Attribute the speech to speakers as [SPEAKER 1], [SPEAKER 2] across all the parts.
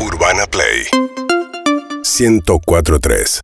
[SPEAKER 1] Urbana Play 1043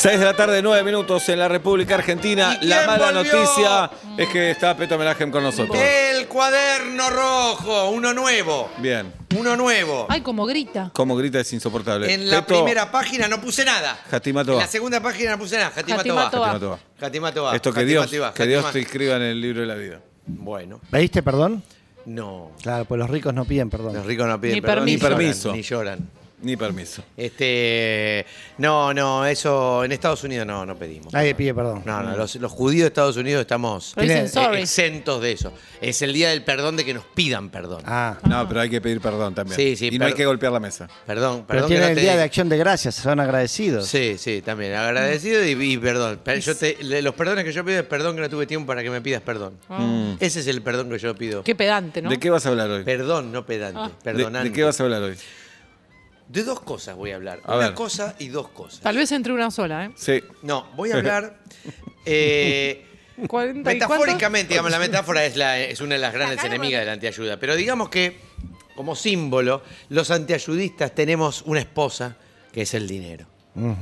[SPEAKER 2] 6 de la tarde, 9 minutos en la República Argentina.
[SPEAKER 3] ¿Y
[SPEAKER 2] La
[SPEAKER 3] quién
[SPEAKER 2] mala
[SPEAKER 3] volvió? Mm. Eh.
[SPEAKER 2] noticia es que está Peto Melajem con nosotros.
[SPEAKER 3] El cuaderno rojo, uno nuevo,
[SPEAKER 2] Bien.
[SPEAKER 3] uno nuevo.
[SPEAKER 4] Ay, como grita.
[SPEAKER 2] Como grita es insoportable.
[SPEAKER 3] En la
[SPEAKER 2] Peto,
[SPEAKER 3] primera página no puse nada.
[SPEAKER 2] Jatimato
[SPEAKER 3] En
[SPEAKER 2] va.
[SPEAKER 3] la segunda página no puse nada. Jatimato
[SPEAKER 4] Jatimato
[SPEAKER 3] va.
[SPEAKER 4] va.
[SPEAKER 2] Jatimato va.
[SPEAKER 3] Jatimato va.
[SPEAKER 2] Esto que
[SPEAKER 3] Jatimato
[SPEAKER 2] Dios,
[SPEAKER 3] va.
[SPEAKER 2] que Dios
[SPEAKER 3] Jatimato-
[SPEAKER 2] te escriba en el libro de la vida.
[SPEAKER 3] Bueno,
[SPEAKER 5] ¿Pediste perdón?
[SPEAKER 3] no.
[SPEAKER 5] Claro, pues los ricos no piden perdón.
[SPEAKER 3] Los ricos no piden
[SPEAKER 4] Ni
[SPEAKER 3] perdón,
[SPEAKER 4] permiso.
[SPEAKER 3] lloran,
[SPEAKER 2] Ni permiso.
[SPEAKER 3] Ni lloran.
[SPEAKER 2] Ni permiso.
[SPEAKER 3] Este, no, no, eso en Estados Unidos no, no pedimos.
[SPEAKER 5] Nadie pide perdón.
[SPEAKER 3] No, no, los, los judíos de Estados Unidos estamos eh,
[SPEAKER 4] Pero dicen
[SPEAKER 5] Tiene-
[SPEAKER 4] sorry.
[SPEAKER 3] exentos de eso. Es el día del perdón de que nos pidan perdón.
[SPEAKER 5] Ah,
[SPEAKER 2] No, pero hay que pedir perdón también.
[SPEAKER 3] Sí, sí,
[SPEAKER 2] y no hay
[SPEAKER 3] per-
[SPEAKER 2] que golpear la mesa.
[SPEAKER 3] Perdón,
[SPEAKER 5] pero
[SPEAKER 3] perdón. que
[SPEAKER 5] tienen
[SPEAKER 3] no
[SPEAKER 5] el
[SPEAKER 3] te
[SPEAKER 5] día
[SPEAKER 3] di-
[SPEAKER 5] de acción de gracias, son agradecidos.
[SPEAKER 3] Sí, sí, también. Agradecido y, y perdón. Pero Yo te- le- los perdones que yo pido es perdón que no tuve tiempo para que me pidas perdón. Ese es el perdón que yo pido.
[SPEAKER 4] Qué pedante, ¿no?
[SPEAKER 2] ¿De Mm. qué vas a hablar hoy?
[SPEAKER 3] Perdón, no pedante.
[SPEAKER 2] ¿De-
[SPEAKER 3] Perdonante.
[SPEAKER 2] ¿De, qué vas a hablar hoy?
[SPEAKER 3] De dos cosas voy a hablar.
[SPEAKER 2] A
[SPEAKER 3] una
[SPEAKER 2] ver.
[SPEAKER 3] cosa y dos cosas.
[SPEAKER 4] Tal vez entre una sola, ¿eh?
[SPEAKER 2] Sí.
[SPEAKER 3] No, voy a hablar. eh,
[SPEAKER 4] 40 y cuántos?
[SPEAKER 3] Metafóricamente, digamos, la metáfora es, la- es una de las grandes enemigas de la antiayuda. Pero digamos que, como símbolo, los antiayudistas tenemos una esposa que es el dinero.
[SPEAKER 2] Es una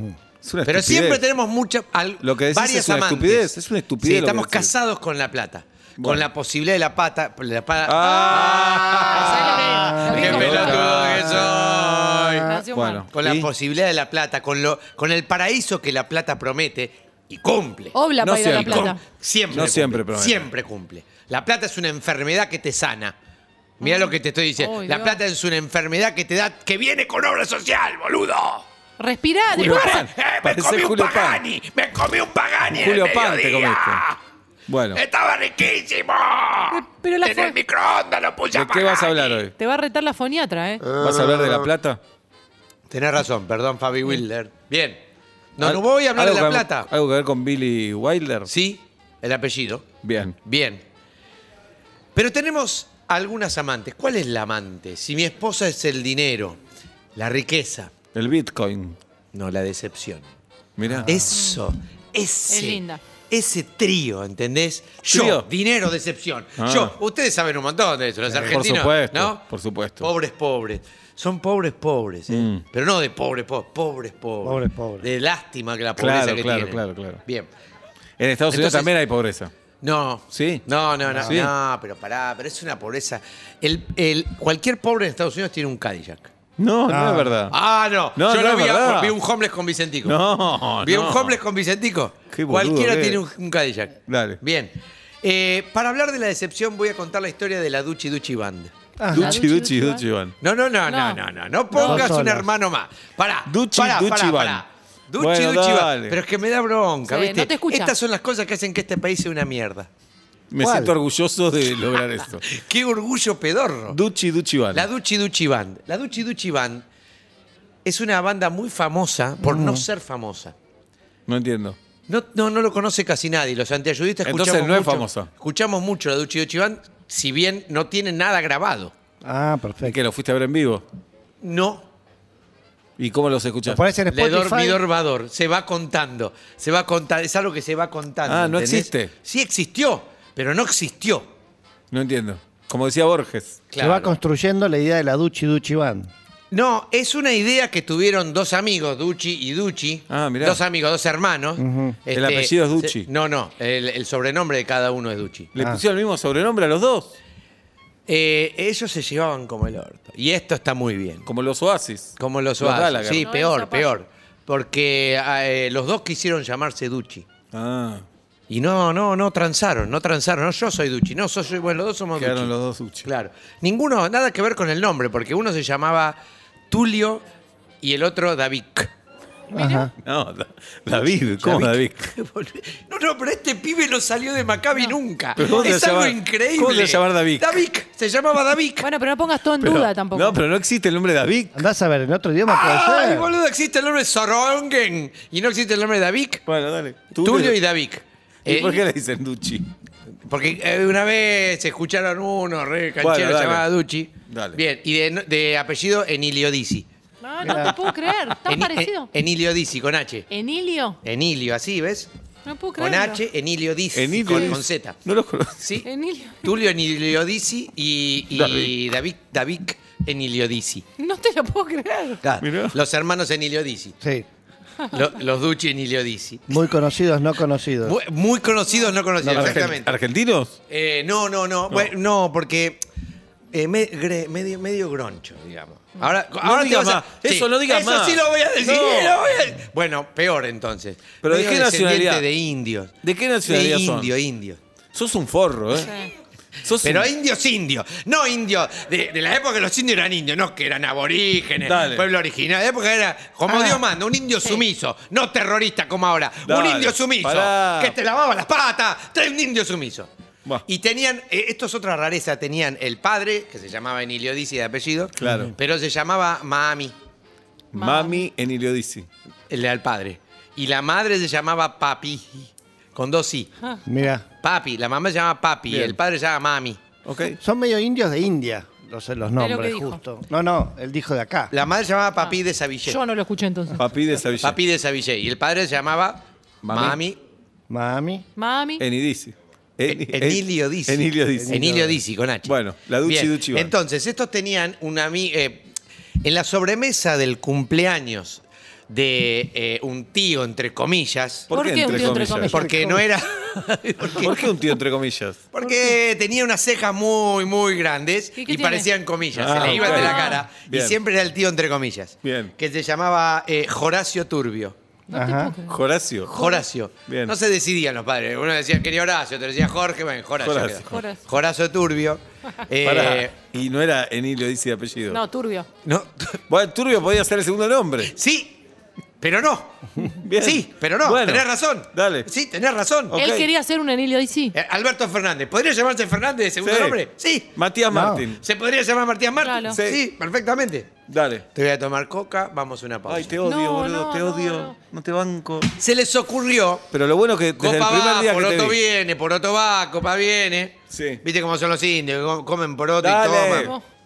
[SPEAKER 3] Pero
[SPEAKER 2] estupidez.
[SPEAKER 3] siempre tenemos muchas.
[SPEAKER 2] Lo que decís
[SPEAKER 3] varias
[SPEAKER 2] es una
[SPEAKER 3] amantes.
[SPEAKER 2] estupidez, es una estupidez
[SPEAKER 3] Sí,
[SPEAKER 2] lo que
[SPEAKER 3] estamos
[SPEAKER 2] decís.
[SPEAKER 3] casados con la plata.
[SPEAKER 2] Bueno.
[SPEAKER 3] Con la posibilidad de la pata. La pata
[SPEAKER 2] Ah,
[SPEAKER 4] Ah,
[SPEAKER 3] ¡Qué
[SPEAKER 4] ya lo vi, lo vi.
[SPEAKER 3] pelotudo que soy!
[SPEAKER 4] Nació
[SPEAKER 2] Bueno.
[SPEAKER 4] mal.
[SPEAKER 3] Con la
[SPEAKER 2] ¿Y?
[SPEAKER 3] posibilidad de la plata, con, lo, con el paraíso que la plata promete y cumple.
[SPEAKER 4] Obla
[SPEAKER 2] No
[SPEAKER 4] para ir a la
[SPEAKER 2] siempre.
[SPEAKER 4] plata.
[SPEAKER 3] Com- Siempre.
[SPEAKER 2] No
[SPEAKER 3] cumple.
[SPEAKER 2] siempre promete.
[SPEAKER 3] Siempre cumple. La plata es una enfermedad que te sana. Mira lo que te estoy diciendo.
[SPEAKER 4] Ay,
[SPEAKER 3] la
[SPEAKER 4] Dios.
[SPEAKER 3] plata es una enfermedad que te da, que viene con obra social, boludo.
[SPEAKER 4] Respirá,
[SPEAKER 2] Julio
[SPEAKER 4] después-
[SPEAKER 2] Pan.
[SPEAKER 3] Eh, me
[SPEAKER 2] Parece
[SPEAKER 3] comí un
[SPEAKER 2] Julio Pan.
[SPEAKER 3] Pagani, me comí un Pagani. en el
[SPEAKER 2] Julio Pan te
[SPEAKER 3] mediodía.
[SPEAKER 2] comiste. Bueno, ¿de
[SPEAKER 3] Estaba riquísimo.
[SPEAKER 4] Eh, pero la
[SPEAKER 3] en
[SPEAKER 4] fo-
[SPEAKER 3] el microondas lo puse
[SPEAKER 2] qué vas a hablar hoy?
[SPEAKER 4] Te va a retar la foniatra, ¿eh?
[SPEAKER 2] ¿Vas a hablar de la plata?
[SPEAKER 3] Tenés razón, perdón, Fabi Wilder. Bien. No,
[SPEAKER 2] Al-
[SPEAKER 3] no voy a hablar de
[SPEAKER 2] algo
[SPEAKER 3] la
[SPEAKER 2] que-
[SPEAKER 3] plata.
[SPEAKER 2] ¿Algo que ver con Billy Wilder?
[SPEAKER 3] Sí, el apellido.
[SPEAKER 2] Bien.
[SPEAKER 3] Bien. Pero tenemos algunas amantes. ¿Cuál es la amante? Si mi esposa es el dinero, la riqueza,
[SPEAKER 2] El Bitcoin.
[SPEAKER 3] no la decepción.
[SPEAKER 2] Mirá.
[SPEAKER 3] Eso, ese.
[SPEAKER 4] Es linda.
[SPEAKER 3] Ese trío, ¿entendés? Yo,
[SPEAKER 2] Trío.
[SPEAKER 3] dinero, decepción.
[SPEAKER 2] Ah.
[SPEAKER 3] Yo, ustedes saben un montón de eso, los
[SPEAKER 2] Por
[SPEAKER 3] argentinos.
[SPEAKER 2] supuesto,
[SPEAKER 3] ¿no?
[SPEAKER 2] por supuesto.
[SPEAKER 3] Pobres, pobres. Son pobres, pobres. ¿eh?
[SPEAKER 2] Mm.
[SPEAKER 3] Pero no de pobres, pobres, pobres, pobres.
[SPEAKER 5] Pobres, pobres.
[SPEAKER 3] De lástima que la pobreza
[SPEAKER 2] Claro,
[SPEAKER 3] que
[SPEAKER 2] claro,
[SPEAKER 3] tienen.
[SPEAKER 2] claro, claro.
[SPEAKER 3] Bien.
[SPEAKER 2] En Estados Unidos
[SPEAKER 3] Entonces-
[SPEAKER 2] también hay pobreza.
[SPEAKER 3] No.
[SPEAKER 2] Sí.
[SPEAKER 3] No, no, no.
[SPEAKER 2] Sí.
[SPEAKER 3] No, pero pará, pero es una pobreza. El, el- cualquier pobre en Estados Unidos tiene un Cadillac.
[SPEAKER 2] No, no,
[SPEAKER 5] Ah.
[SPEAKER 2] es verdad.
[SPEAKER 3] Ah, no.
[SPEAKER 2] No,
[SPEAKER 3] Yo
[SPEAKER 2] no
[SPEAKER 3] lo
[SPEAKER 2] es
[SPEAKER 3] vi, a-
[SPEAKER 2] verdad.
[SPEAKER 3] vi un homeless con Vicentico.
[SPEAKER 2] No,
[SPEAKER 3] Vi
[SPEAKER 2] no.
[SPEAKER 3] un homeless con Vicentico.
[SPEAKER 2] Qué boludo
[SPEAKER 3] Cualquiera
[SPEAKER 2] que
[SPEAKER 3] tiene un,
[SPEAKER 2] es.
[SPEAKER 3] un Cadillac.
[SPEAKER 2] Dale.
[SPEAKER 3] Bien. Eh, para hablar de la decepción voy a contar la historia de la Duchi Duchi Band.
[SPEAKER 5] Ah,
[SPEAKER 2] Duchi, Duchi,
[SPEAKER 4] Duchi, Duchi,
[SPEAKER 2] Duchi, Iván.
[SPEAKER 3] No, no, no, no,
[SPEAKER 4] No.
[SPEAKER 3] no, no. No pongas
[SPEAKER 5] Dos
[SPEAKER 3] un
[SPEAKER 5] solas.
[SPEAKER 3] hermano más. Pará.
[SPEAKER 2] Duchi,
[SPEAKER 3] pará,
[SPEAKER 2] Duchi
[SPEAKER 3] pará,
[SPEAKER 2] Van.
[SPEAKER 3] pará. Duchi
[SPEAKER 2] Bueno,
[SPEAKER 3] Duchi Van.
[SPEAKER 2] dale.
[SPEAKER 3] Pero es que me da bronca,
[SPEAKER 4] Sí,
[SPEAKER 3] ¿viste?
[SPEAKER 4] no te escucha.
[SPEAKER 3] Estas son las cosas que hacen que este país sea una mierda.
[SPEAKER 2] Me
[SPEAKER 5] ¿Cuál?
[SPEAKER 2] siento orgulloso de lograr esto.
[SPEAKER 3] Qué orgullo pedorro.
[SPEAKER 2] Duchi, Duchi, Iván.
[SPEAKER 3] La Duchi Duchi Band. La Duchi Duchi Band es una banda muy famosa por
[SPEAKER 2] Mm.
[SPEAKER 3] no ser famosa.
[SPEAKER 2] No entiendo.
[SPEAKER 3] No, no, no lo conoce casi nadie. Los antiayudistas escuchamos
[SPEAKER 2] Entonces no es
[SPEAKER 3] mucho-
[SPEAKER 2] famosa.
[SPEAKER 3] Escuchamos mucho la Duchi Duchi Band, si bien no tiene nada grabado.
[SPEAKER 5] Ah,
[SPEAKER 2] ¿Y
[SPEAKER 5] perfecto.
[SPEAKER 2] que lo fuiste a ver en vivo?
[SPEAKER 3] No.
[SPEAKER 2] ¿Y cómo los
[SPEAKER 5] Lo
[SPEAKER 2] escuchás?
[SPEAKER 5] pones en
[SPEAKER 3] Le
[SPEAKER 5] Spotify.
[SPEAKER 3] dormidor vador. Se va contando. Se va contando. Es algo que se va contando.
[SPEAKER 2] Ah, no
[SPEAKER 3] ¿entendés?
[SPEAKER 2] existe.
[SPEAKER 3] Sí existió, pero no existió.
[SPEAKER 2] No entiendo. Como decía Borges.
[SPEAKER 5] Se va
[SPEAKER 3] Claro.
[SPEAKER 5] construyendo la idea de la Duchi Duchi Band.
[SPEAKER 3] No, es una idea que tuvieron dos amigos, Duchi y Duchi.
[SPEAKER 2] Ah, mirá.
[SPEAKER 3] Dos amigos, dos hermanos. Este,
[SPEAKER 2] El apellido es Ducci.
[SPEAKER 3] se- No, no, el, el sobrenombre de cada uno es Duchi.
[SPEAKER 2] ¿Le
[SPEAKER 5] Ah.
[SPEAKER 2] pusieron el mismo sobrenombre a los dos?
[SPEAKER 3] Eh, ellos se llevaban como el orto. Y esto está muy bien.
[SPEAKER 2] Como los Oasis.
[SPEAKER 3] Como los
[SPEAKER 2] Los
[SPEAKER 3] Oasis.
[SPEAKER 2] Gallagher.
[SPEAKER 3] Sí,
[SPEAKER 4] No,
[SPEAKER 3] peor,
[SPEAKER 4] los
[SPEAKER 3] peor. Porque eh, los dos quisieron llamarse Duchi.
[SPEAKER 2] Ah,
[SPEAKER 3] Y no, no, no transaron, no transaron. No, yo soy Duchi, no, soy, bueno, los dos somos
[SPEAKER 2] quedaron
[SPEAKER 3] Ducci.
[SPEAKER 2] los dos Duchi.
[SPEAKER 3] Claro. Ninguno, nada que ver con el nombre, porque uno se llamaba Tulio y el otro David.
[SPEAKER 5] Ajá.
[SPEAKER 2] No, Da- David. ¿Cómo David?
[SPEAKER 3] No, no, pero este pibe no salió de Maccabi nunca.
[SPEAKER 2] Pero ¿cómo te
[SPEAKER 3] es algo
[SPEAKER 2] llamas-
[SPEAKER 3] increíble.
[SPEAKER 2] cómo te llamar David?
[SPEAKER 3] David, se llamaba David.
[SPEAKER 4] Bueno, pero no pongas todo en
[SPEAKER 2] Pero-
[SPEAKER 4] duda tampoco.
[SPEAKER 2] No, pero no existe el nombre David.
[SPEAKER 5] Andás a ver, en otro idioma puede
[SPEAKER 3] Ah, Ay,
[SPEAKER 5] ser.
[SPEAKER 3] boludo, existe el nombre Sorongen y no existe el nombre David.
[SPEAKER 2] Bueno, dale.
[SPEAKER 3] Tulio y David.
[SPEAKER 2] ¿Y
[SPEAKER 3] Eh,
[SPEAKER 2] por qué le dicen Duchi?
[SPEAKER 3] Porque eh, una vez se escucharon uno, re canchero,
[SPEAKER 2] Bueno, dale.
[SPEAKER 3] llamaba Ducci.
[SPEAKER 2] Dale.
[SPEAKER 3] Bien, y de, de apellido Enilio Dizzi.
[SPEAKER 4] No, no te puedo creer. Tan
[SPEAKER 3] Eni-
[SPEAKER 4] parecido.
[SPEAKER 3] en- Enilio Dizzi, con H.
[SPEAKER 4] Enilio.
[SPEAKER 3] Enilio, así, ¿ves?
[SPEAKER 4] No puedo
[SPEAKER 3] Con
[SPEAKER 4] creerlo.
[SPEAKER 3] H, Emilio Dizzi,
[SPEAKER 2] Enilio
[SPEAKER 3] con,
[SPEAKER 2] es-
[SPEAKER 3] con Z.
[SPEAKER 2] No los conocí.
[SPEAKER 3] Sí,
[SPEAKER 4] Enilio.
[SPEAKER 3] Tulio Enilio Dizzi y, y
[SPEAKER 2] David.
[SPEAKER 3] David, David Enilio Dizzi.
[SPEAKER 4] No te lo puedo creer.
[SPEAKER 3] Claro,
[SPEAKER 2] Mirá.
[SPEAKER 3] Los hermanos Enilio Dizzi.
[SPEAKER 5] Sí.
[SPEAKER 3] Lo- los Ducci Enilio Dizzi.
[SPEAKER 5] Muy conocidos, no conocidos.
[SPEAKER 3] Muy, muy conocidos, no conocidos,
[SPEAKER 2] Argen-
[SPEAKER 3] exactamente.
[SPEAKER 2] ¿Argentinos?
[SPEAKER 3] Eh, no, no, no. Bueno, no, porque eh, me- gre- medio, medio groncho, digamos. Ahora, ahora te
[SPEAKER 2] digas
[SPEAKER 3] vas a-
[SPEAKER 2] más. Eso no digas más.
[SPEAKER 3] Eso sí lo voy a decir.
[SPEAKER 2] No.
[SPEAKER 3] lo voy a- Bueno, peor entonces.
[SPEAKER 2] Pero ¿de
[SPEAKER 3] Medio
[SPEAKER 2] qué
[SPEAKER 3] descendiente
[SPEAKER 2] nacionalidad?
[SPEAKER 3] De indios.
[SPEAKER 2] ¿De qué nacionalidad
[SPEAKER 3] De
[SPEAKER 2] son?
[SPEAKER 3] indio, indio.
[SPEAKER 2] Sos un forro, ¿eh? Sos
[SPEAKER 3] Pero
[SPEAKER 2] un-
[SPEAKER 3] indios, indios. No indios. De, de la época que los indios eran indios, no que eran aborígenes,
[SPEAKER 2] Dale.
[SPEAKER 3] pueblo original. De la época era, como
[SPEAKER 4] Ah.
[SPEAKER 3] Dios manda, un indio sumiso. No terrorista como ahora.
[SPEAKER 2] Dale,
[SPEAKER 3] un indio sumiso.
[SPEAKER 2] pará.
[SPEAKER 3] Que te lavaba las patas. Trae un indio sumiso.
[SPEAKER 2] Buah.
[SPEAKER 3] Y tenían, eh, esto es otra rareza, tenían el padre, que se llamaba Enilio Dizzi de apellido,
[SPEAKER 2] Claro.
[SPEAKER 3] pero se llamaba Mami,
[SPEAKER 2] Mami en Iliodici.
[SPEAKER 3] el al padre. Y la madre se llamaba Papi, con dos I.
[SPEAKER 5] Mira,
[SPEAKER 3] Papi, la mamá se llama Papi,
[SPEAKER 2] Bien.
[SPEAKER 3] el padre se llama Mami.
[SPEAKER 2] ¿Ok?
[SPEAKER 5] son medio indios de India, no sé los
[SPEAKER 4] lo que
[SPEAKER 5] nombres
[SPEAKER 4] dijo.
[SPEAKER 5] justo. No, no, él dijo de acá.
[SPEAKER 3] La madre se llamaba Papi de Savillé.
[SPEAKER 4] Yo no lo escuché entonces.
[SPEAKER 2] Papi de Savillé.
[SPEAKER 3] Papi de Savillé. Y el padre se llamaba
[SPEAKER 2] Mami.
[SPEAKER 3] Mami.
[SPEAKER 5] Mami.
[SPEAKER 4] Mami.
[SPEAKER 2] Enidici. En- en-
[SPEAKER 3] Enilio Dizzi.
[SPEAKER 2] Enilio Dizzi.
[SPEAKER 3] Enilio Dizzi, con H.
[SPEAKER 2] Bueno, la Duchi
[SPEAKER 3] Bien.
[SPEAKER 2] Duchi van.
[SPEAKER 3] Entonces, estos tenían una... ami- eh, en la sobremesa del cumpleaños de eh, un tío, entre comillas,
[SPEAKER 4] ¿Por qué un tío entre comillas?
[SPEAKER 3] porque no era...
[SPEAKER 2] ¿Por qué un tío entre comillas?
[SPEAKER 3] Porque tenía unas cejas muy, muy grandes
[SPEAKER 4] ¿Y
[SPEAKER 3] y,
[SPEAKER 4] qué tiene?
[SPEAKER 3] parecían comillas,
[SPEAKER 2] Ah,
[SPEAKER 3] se le iban de
[SPEAKER 4] ok.
[SPEAKER 3] la cara.
[SPEAKER 2] Bien.
[SPEAKER 3] Y siempre era el tío entre comillas.
[SPEAKER 2] Bien.
[SPEAKER 3] Que se llamaba eh, Horacio Turbio.
[SPEAKER 4] No te
[SPEAKER 5] Ajá.
[SPEAKER 4] puedo creer.
[SPEAKER 2] Horacio.
[SPEAKER 3] Horacio.
[SPEAKER 2] Bien.
[SPEAKER 3] No se decidían los padres. Uno decía quería Horacio, otro decía Jorge, bueno, Horacio.
[SPEAKER 2] Horacio.
[SPEAKER 3] quedó.
[SPEAKER 4] Horacio.
[SPEAKER 3] Horacio Turbio. Eh,
[SPEAKER 2] Pará. Y no era Enilio Dizzi de apellido.
[SPEAKER 4] No, turbio.
[SPEAKER 3] no,
[SPEAKER 2] Bueno, Turbio podía ser el segundo nombre.
[SPEAKER 3] sí, pero no.
[SPEAKER 2] Bien.
[SPEAKER 3] Sí, pero no.
[SPEAKER 2] Bueno,
[SPEAKER 3] tenés razón.
[SPEAKER 2] dale.
[SPEAKER 3] Sí, tenés razón.
[SPEAKER 2] Ok.
[SPEAKER 4] Él quería ser un Enilio Dizzy.
[SPEAKER 3] Eh, Alberto Fernández. ¿Podría llamarse Fernández de segundo
[SPEAKER 2] Sí.
[SPEAKER 3] nombre? Sí.
[SPEAKER 2] Matías
[SPEAKER 5] No.
[SPEAKER 2] Martín.
[SPEAKER 3] ¿Se podría llamar Martín Martín?
[SPEAKER 4] Claro.
[SPEAKER 2] Sí.
[SPEAKER 3] Sí. perfectamente.
[SPEAKER 2] Dale.
[SPEAKER 3] Te voy a tomar coca, vamos a una pausa.
[SPEAKER 2] Ay, te odio,
[SPEAKER 4] No,
[SPEAKER 2] boludo.
[SPEAKER 4] no,
[SPEAKER 2] te
[SPEAKER 4] no,
[SPEAKER 2] odio.
[SPEAKER 4] no.
[SPEAKER 2] no te banco.
[SPEAKER 3] Se les ocurrió
[SPEAKER 2] Pero lo bueno es que desde
[SPEAKER 3] Copa
[SPEAKER 2] el primer
[SPEAKER 3] va,
[SPEAKER 2] día que te
[SPEAKER 3] poroto
[SPEAKER 2] vi-
[SPEAKER 3] viene, poroto va, copa viene.
[SPEAKER 2] Sí.
[SPEAKER 3] Viste cómo son los indios, que com- comen poroto
[SPEAKER 2] Dale.
[SPEAKER 3] y toman.
[SPEAKER 4] No.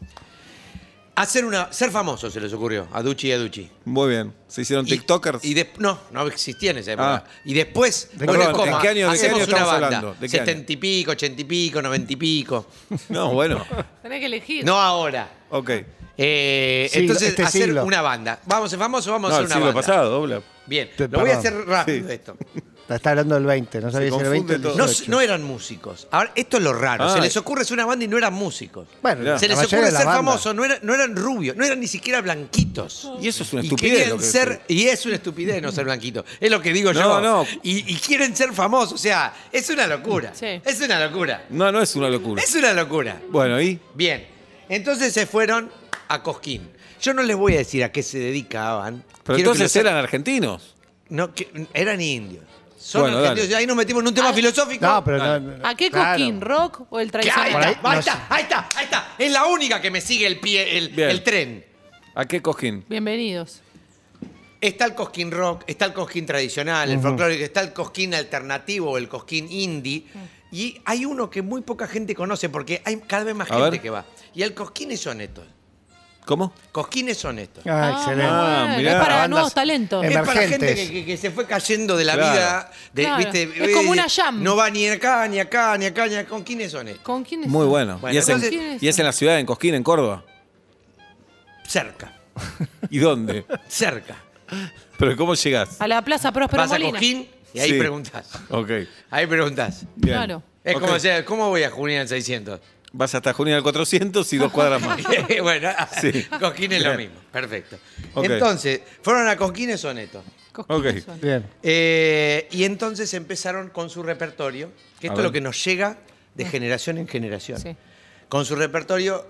[SPEAKER 3] Hacer una, ser famoso se les ocurrió a Duchi y a Duchi.
[SPEAKER 2] Muy bien. Se hicieron
[SPEAKER 3] Y-
[SPEAKER 2] TikTokers.
[SPEAKER 3] Y, des- no, no existían en esa época.
[SPEAKER 2] Ah.
[SPEAKER 3] Y después,
[SPEAKER 2] ¿De
[SPEAKER 3] bueno,
[SPEAKER 2] qué-
[SPEAKER 3] coma,
[SPEAKER 2] de qué año- de qué
[SPEAKER 3] hacemos
[SPEAKER 2] año
[SPEAKER 3] una
[SPEAKER 2] estamos
[SPEAKER 3] banda.
[SPEAKER 2] hablando? ¿De qué año?
[SPEAKER 3] Setenta y pico, ochenta y pico, noventa y pico.
[SPEAKER 2] No, bueno.
[SPEAKER 4] Tenés que elegir.
[SPEAKER 3] No ahora.
[SPEAKER 2] Ok.
[SPEAKER 3] Eh,
[SPEAKER 5] Siglo-
[SPEAKER 3] entonces,
[SPEAKER 5] este
[SPEAKER 3] hacer
[SPEAKER 5] siglo.
[SPEAKER 3] una banda. Vamos a ser famosos, vamos
[SPEAKER 2] No,
[SPEAKER 3] a
[SPEAKER 2] el
[SPEAKER 3] hacer una
[SPEAKER 2] siglo
[SPEAKER 3] banda.
[SPEAKER 2] pasado, dobla.
[SPEAKER 3] Bien,
[SPEAKER 5] Te-
[SPEAKER 3] lo voy a
[SPEAKER 5] perdón.
[SPEAKER 3] hacer rápido
[SPEAKER 2] Sí.
[SPEAKER 3] esto.
[SPEAKER 5] Está hablando del 20, no sabía si era
[SPEAKER 2] confunde
[SPEAKER 5] 20 o el
[SPEAKER 2] todo.
[SPEAKER 3] No,
[SPEAKER 5] 18.
[SPEAKER 3] no eran músicos. Ahora, esto es lo raro.
[SPEAKER 2] Ah.
[SPEAKER 3] se les ocurre ser una banda y no eran músicos.
[SPEAKER 5] Bueno,
[SPEAKER 2] Mirá.
[SPEAKER 3] se
[SPEAKER 5] la
[SPEAKER 3] les
[SPEAKER 5] mayoría
[SPEAKER 3] ocurre
[SPEAKER 5] de la
[SPEAKER 3] ser
[SPEAKER 5] banda.
[SPEAKER 3] famosos, no, era- no eran rubios, no eran ni siquiera blanquitos.
[SPEAKER 2] Y eso es una
[SPEAKER 3] Y
[SPEAKER 2] estupidez
[SPEAKER 3] querían
[SPEAKER 2] lo que
[SPEAKER 3] ser, y es una estupidez no ser blanquito. Es lo que digo
[SPEAKER 2] No,
[SPEAKER 3] yo.
[SPEAKER 2] no.
[SPEAKER 3] Y, y quieren ser famosos. O sea, es una locura.
[SPEAKER 4] Sí.
[SPEAKER 3] Es una locura.
[SPEAKER 2] No, no es una locura.
[SPEAKER 3] Es una locura.
[SPEAKER 2] Bueno, ¿y?
[SPEAKER 3] Bien. Entonces se fueron a Cosquín. Yo no les voy a decir a qué se dedicaban.
[SPEAKER 2] Pero
[SPEAKER 3] Quiero que
[SPEAKER 2] entonces
[SPEAKER 3] lo
[SPEAKER 2] eran
[SPEAKER 3] sepan.
[SPEAKER 2] argentinos.
[SPEAKER 3] No, que- eran indios. Son
[SPEAKER 2] Bueno,
[SPEAKER 3] argentinos.
[SPEAKER 2] dale.
[SPEAKER 3] Ahí nos metimos en un tema
[SPEAKER 4] Ah.
[SPEAKER 3] filosófico.
[SPEAKER 5] No, pero no, no,
[SPEAKER 4] ¿A qué
[SPEAKER 5] claro.
[SPEAKER 4] coquín? ¿Rock o el
[SPEAKER 3] Que Ahí
[SPEAKER 4] traicionero?
[SPEAKER 5] Por ahí,
[SPEAKER 3] está, ahí
[SPEAKER 5] no
[SPEAKER 3] está,
[SPEAKER 5] sé.
[SPEAKER 3] ahí está, ahí está. Es la única que me sigue el pie, el,
[SPEAKER 2] Bien.
[SPEAKER 3] el tren.
[SPEAKER 2] ¿A qué cojín?
[SPEAKER 4] Bienvenidos.
[SPEAKER 3] Está el cosquín rock, está el cosquín tradicional, el folclórico, está el cosquín alternativo, el cosquín indie.
[SPEAKER 4] Mm.
[SPEAKER 3] Y hay uno que muy poca gente conoce porque hay cada vez más
[SPEAKER 2] A
[SPEAKER 3] gente
[SPEAKER 2] ver.
[SPEAKER 3] que va. Y el cosquines son estos.
[SPEAKER 2] ¿Cómo?
[SPEAKER 3] Cosquines son estos.
[SPEAKER 5] Ah, excelente.
[SPEAKER 2] Ah,
[SPEAKER 4] bueno,
[SPEAKER 2] mirá.
[SPEAKER 4] es para
[SPEAKER 5] Bandas-
[SPEAKER 4] nuevos talentos.
[SPEAKER 5] Eh,
[SPEAKER 3] Es para gente
[SPEAKER 5] Emergentes.
[SPEAKER 3] que, que- que se fue cayendo de la
[SPEAKER 2] Claro.
[SPEAKER 3] vida. de-
[SPEAKER 4] Claro.
[SPEAKER 3] ¿viste? eh,
[SPEAKER 4] Es como una jam.
[SPEAKER 3] No va ni acá, ni acá, ni acá, ni acá. ¿Con quiénes son estos?
[SPEAKER 4] ¿Con quién es?
[SPEAKER 2] Muy bueno.
[SPEAKER 3] Bueno,
[SPEAKER 2] y, es en,
[SPEAKER 4] entonces-
[SPEAKER 2] y es en la ciudad, en Cosquín, en Córdoba.
[SPEAKER 3] Cerca,
[SPEAKER 2] ¿Y dónde?
[SPEAKER 3] cerca.
[SPEAKER 2] Pero ¿cómo llegás?
[SPEAKER 4] A la Plaza Próspero
[SPEAKER 3] Vas a
[SPEAKER 4] Molina.
[SPEAKER 3] Cosquín y ahí
[SPEAKER 2] Sí.
[SPEAKER 3] preguntás.
[SPEAKER 2] Ok.
[SPEAKER 3] Ahí preguntás.
[SPEAKER 2] Bien.
[SPEAKER 4] Claro.
[SPEAKER 3] Es
[SPEAKER 2] Ok.
[SPEAKER 3] como decir, ¿cómo voy a Junín al 600?
[SPEAKER 2] Vas hasta Junín al 400 y dos cuadras más.
[SPEAKER 3] bueno,
[SPEAKER 2] Sí.
[SPEAKER 3] Cosquín es lo
[SPEAKER 2] Bien.
[SPEAKER 3] mismo. Perfecto.
[SPEAKER 2] Ok.
[SPEAKER 3] Entonces, fueron a Cosquín y Soneto.
[SPEAKER 4] Cosquín
[SPEAKER 2] Ok.
[SPEAKER 4] es bueno.
[SPEAKER 5] Bien.
[SPEAKER 3] Eh, y entonces empezaron con su repertorio, que
[SPEAKER 2] A ver.
[SPEAKER 3] esto es lo que nos llega de generación en generación.
[SPEAKER 4] Sí.
[SPEAKER 3] Con su repertorio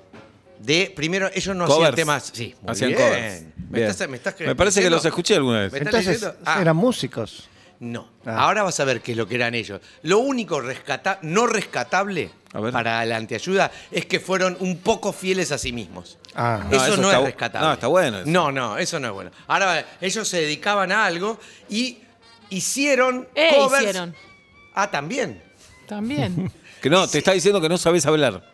[SPEAKER 3] de, primero, ellos no
[SPEAKER 2] Covers.
[SPEAKER 3] hacían temas. Sí, muy
[SPEAKER 2] Hacían
[SPEAKER 3] bien.
[SPEAKER 2] covers.
[SPEAKER 3] ¿Me,
[SPEAKER 2] Bien.
[SPEAKER 3] estás, me estás
[SPEAKER 2] Me parece que
[SPEAKER 3] diciendo?
[SPEAKER 2] los escuché alguna vez.
[SPEAKER 3] ¿Me estás
[SPEAKER 5] Entonces,
[SPEAKER 3] diciendo? Ah.
[SPEAKER 5] eran músicos.
[SPEAKER 3] No.
[SPEAKER 5] Ah.
[SPEAKER 3] Ahora vas a ver qué es lo que eran ellos. Lo único rescata- no rescatable
[SPEAKER 2] A ver.
[SPEAKER 3] para la anteayuda es que fueron un poco fieles a sí mismos.
[SPEAKER 5] Ah.
[SPEAKER 2] No,
[SPEAKER 3] eso,
[SPEAKER 2] eso
[SPEAKER 3] no
[SPEAKER 2] está
[SPEAKER 3] es
[SPEAKER 2] bu-
[SPEAKER 3] rescatable.
[SPEAKER 2] no, está bueno eso.
[SPEAKER 3] No, no, eso no es bueno. Ahora, ellos se dedicaban a algo y hicieron
[SPEAKER 4] Eh,
[SPEAKER 3] covers.
[SPEAKER 4] hicieron.
[SPEAKER 3] Ah, también.
[SPEAKER 4] También.
[SPEAKER 2] Que no, te está diciendo que no sabes hablar.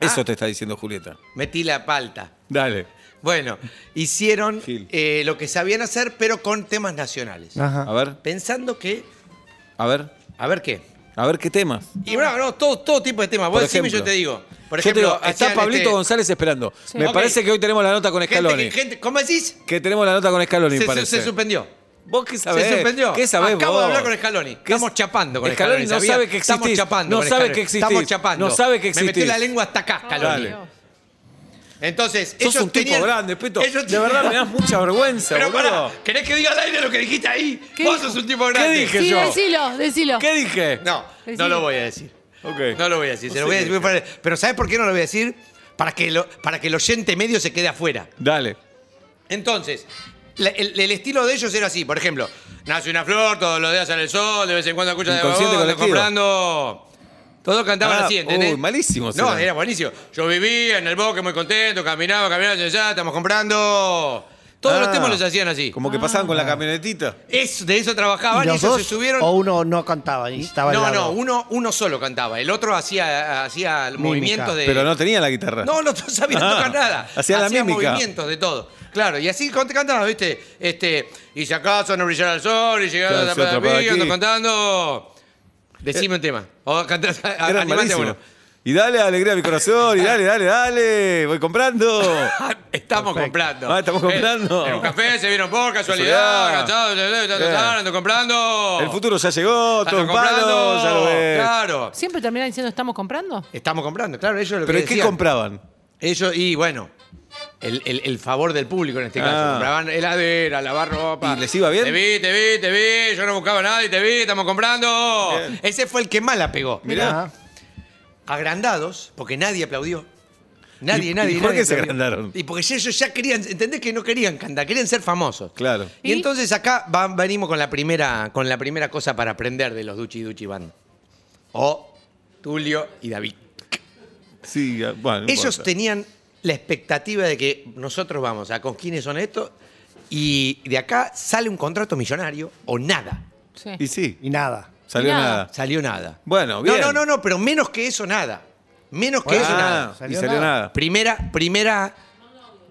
[SPEAKER 2] Eso
[SPEAKER 3] Ah.
[SPEAKER 2] te está diciendo Julieta.
[SPEAKER 3] Metí la palta.
[SPEAKER 2] Dale.
[SPEAKER 3] Bueno, hicieron
[SPEAKER 2] Gil. Ah.
[SPEAKER 3] eh, lo que sabían hacer, pero con temas nacionales.
[SPEAKER 5] Ajá.
[SPEAKER 2] A ver.
[SPEAKER 3] Pensando que
[SPEAKER 2] A ver,
[SPEAKER 3] A ver qué.
[SPEAKER 2] a ver qué temas.
[SPEAKER 3] Y bueno, no, todo, todo tipo de temas. Vos
[SPEAKER 2] Por
[SPEAKER 3] decime y yo
[SPEAKER 2] ejemplo.
[SPEAKER 3] te digo. Por
[SPEAKER 2] Yo te
[SPEAKER 3] ejemplo,
[SPEAKER 2] digo, está
[SPEAKER 3] hacían,
[SPEAKER 2] Pablito
[SPEAKER 3] este,
[SPEAKER 2] González esperando. Me
[SPEAKER 3] Ok.
[SPEAKER 2] parece que hoy tenemos la nota con
[SPEAKER 3] gente,
[SPEAKER 2] Scaloni.
[SPEAKER 3] que- gente- ¿Cómo decís?
[SPEAKER 2] Que tenemos la nota con Scaloni,
[SPEAKER 3] Se,
[SPEAKER 2] me
[SPEAKER 3] se-
[SPEAKER 2] parece.
[SPEAKER 3] se suspendió.
[SPEAKER 2] ¿Vos qué sabés?
[SPEAKER 3] Se suspendió.
[SPEAKER 2] ¿Qué sabés
[SPEAKER 3] Acabo
[SPEAKER 2] vos?
[SPEAKER 3] de hablar con Scaloni.
[SPEAKER 2] ¿Qué
[SPEAKER 3] Estamos
[SPEAKER 2] es-
[SPEAKER 3] chapando con
[SPEAKER 2] Scaloni.
[SPEAKER 3] Scaloni.
[SPEAKER 2] no
[SPEAKER 3] ¿sabías?
[SPEAKER 2] sabe que existís.
[SPEAKER 3] Estamos chapando
[SPEAKER 2] No
[SPEAKER 3] con
[SPEAKER 2] sabe
[SPEAKER 3] Scaloni.
[SPEAKER 2] que existís.
[SPEAKER 3] Estamos chapando.
[SPEAKER 2] No sabe que
[SPEAKER 3] Me
[SPEAKER 2] existís.
[SPEAKER 3] metió la lengua hasta acá, Scaloni.
[SPEAKER 2] Dale.
[SPEAKER 3] Entonces,
[SPEAKER 2] Sos
[SPEAKER 3] ellos
[SPEAKER 2] un tipo
[SPEAKER 3] tenían-
[SPEAKER 2] grande, Pito.
[SPEAKER 3] ellos
[SPEAKER 2] De verdad me
[SPEAKER 3] tenían-
[SPEAKER 2] das mucha vergüenza,
[SPEAKER 3] Pero
[SPEAKER 2] boludo.
[SPEAKER 3] pará, ¿querés que diga al aire lo que dijiste ahí?
[SPEAKER 4] ¿Qué
[SPEAKER 3] Vos
[SPEAKER 4] dijo?
[SPEAKER 3] sos un tipo grande.
[SPEAKER 2] dije?
[SPEAKER 4] Sí,
[SPEAKER 2] yo.
[SPEAKER 4] decilo, decilo.
[SPEAKER 2] ¿Qué dije?
[SPEAKER 3] No, no
[SPEAKER 4] Decilo.
[SPEAKER 3] lo voy a decir.
[SPEAKER 2] Ok.
[SPEAKER 3] No lo voy a decir. Se lo voy a decir fuera- Pero ¿sabes por qué no lo voy a decir? Para que, lo- para que el oyente medio se quede afuera.
[SPEAKER 2] Dale.
[SPEAKER 3] Entonces, la- el, el estilo de ellos era así. Por ejemplo, nace una flor, todos los días sale el sol, de vez en cuando escucha de
[SPEAKER 2] Inconsciente
[SPEAKER 3] vagón,
[SPEAKER 2] colectivo.
[SPEAKER 3] comprando. Todos cantaban
[SPEAKER 2] Ah,
[SPEAKER 3] así, ¿entendés?
[SPEAKER 2] uy, malísimos
[SPEAKER 3] No,
[SPEAKER 2] eran.
[SPEAKER 3] era buenísimo. Yo vivía en el bosque muy contento, caminaba, caminaba, ya estamos comprando. Todos los
[SPEAKER 2] Ah,
[SPEAKER 3] temas los hacían así.
[SPEAKER 2] Como que
[SPEAKER 5] Ah,
[SPEAKER 2] pasaban con la camionetita.
[SPEAKER 3] Es- de eso trabajaban y
[SPEAKER 5] ¿Y los
[SPEAKER 3] ellos
[SPEAKER 5] dos?
[SPEAKER 3] se subieron.
[SPEAKER 5] O uno no cantaba y estaba al
[SPEAKER 3] no,
[SPEAKER 5] lado.
[SPEAKER 3] no, uno, uno solo cantaba. El otro hacía, hacía movimientos de.
[SPEAKER 2] Pero no tenía la guitarra.
[SPEAKER 3] No, no sabía
[SPEAKER 2] Ah,
[SPEAKER 3] tocar nada.
[SPEAKER 2] hacía la mímica.
[SPEAKER 3] movimientos de todo. Claro, y así cont- cantaban, ¿viste? Este, y si acaso no brillara el sol, y llegaba
[SPEAKER 2] Claro,
[SPEAKER 3] la
[SPEAKER 2] se atrapaba
[SPEAKER 3] playa, ando
[SPEAKER 2] aquí. Eh,
[SPEAKER 3] cantando. Decime un tema. O cantás, a- a-
[SPEAKER 2] Eran
[SPEAKER 3] animate
[SPEAKER 2] malísimos.
[SPEAKER 3] uno.
[SPEAKER 2] Y dale alegría a mi corazón, y dale, dale, dale. Voy comprando.
[SPEAKER 3] Ah, Estamos comprando.
[SPEAKER 2] Ah, estamos comprando.
[SPEAKER 3] Eh, en un café se vieron por casualidad,
[SPEAKER 2] Casualidad.
[SPEAKER 3] agachados, eh, eh, eh,
[SPEAKER 2] Eh.
[SPEAKER 3] ando comprando.
[SPEAKER 2] El futuro ya llegó, todo
[SPEAKER 3] Ando
[SPEAKER 2] en palo, ya lo ves.
[SPEAKER 3] Claro.
[SPEAKER 4] Siempre terminan diciendo, ¿estamos comprando?
[SPEAKER 3] Estamos comprando, claro, ellos lo
[SPEAKER 2] Pero
[SPEAKER 3] que
[SPEAKER 2] ¿qué
[SPEAKER 3] decían.
[SPEAKER 2] compraban?
[SPEAKER 3] Ellos, y bueno, el, el- el favor del público en este caso.
[SPEAKER 2] Ah.
[SPEAKER 3] Compraban heladera, lavar ropa.
[SPEAKER 2] ¿Y les iba bien?
[SPEAKER 3] Te vi, te vi, te vi, yo no buscaba nada y te vi, estamos comprando.
[SPEAKER 2] Bien.
[SPEAKER 3] Ese fue el que más la pegó.
[SPEAKER 2] Mirá.
[SPEAKER 5] Ah,
[SPEAKER 3] Agrandados, porque nadie aplaudió. Nadie,
[SPEAKER 2] ¿Y-
[SPEAKER 3] nadie.
[SPEAKER 2] y por
[SPEAKER 3] nadie
[SPEAKER 2] qué se
[SPEAKER 3] aplaudió.
[SPEAKER 2] agrandaron?
[SPEAKER 3] Y porque ellos ya querían, ¿entendés que no querían cantar? Querían ser famosos.
[SPEAKER 2] Claro.
[SPEAKER 3] Y,
[SPEAKER 4] ¿Y?
[SPEAKER 3] entonces acá va- venimos con la primera, con la primera cosa para aprender de los Duchi Duchi Band. O Tulio y David.
[SPEAKER 2] Sí, ah, bueno. no
[SPEAKER 3] Ellos
[SPEAKER 2] importa.
[SPEAKER 3] tenían la expectativa de que nosotros vamos a con quiénes son estos y de acá sale un contrato millonario o nada.
[SPEAKER 4] Sí.
[SPEAKER 2] Y sí,
[SPEAKER 5] Y nada.
[SPEAKER 2] salió
[SPEAKER 4] Nada.
[SPEAKER 2] nada.
[SPEAKER 3] Salió nada.
[SPEAKER 2] Bueno, bien.
[SPEAKER 3] No, no, no, no, pero menos que eso nada. Menos que
[SPEAKER 5] Ah.
[SPEAKER 3] eso
[SPEAKER 2] Ah,
[SPEAKER 3] nada.
[SPEAKER 2] y
[SPEAKER 5] Salió
[SPEAKER 2] salió
[SPEAKER 5] nada.
[SPEAKER 2] nada.
[SPEAKER 3] Primera, primera,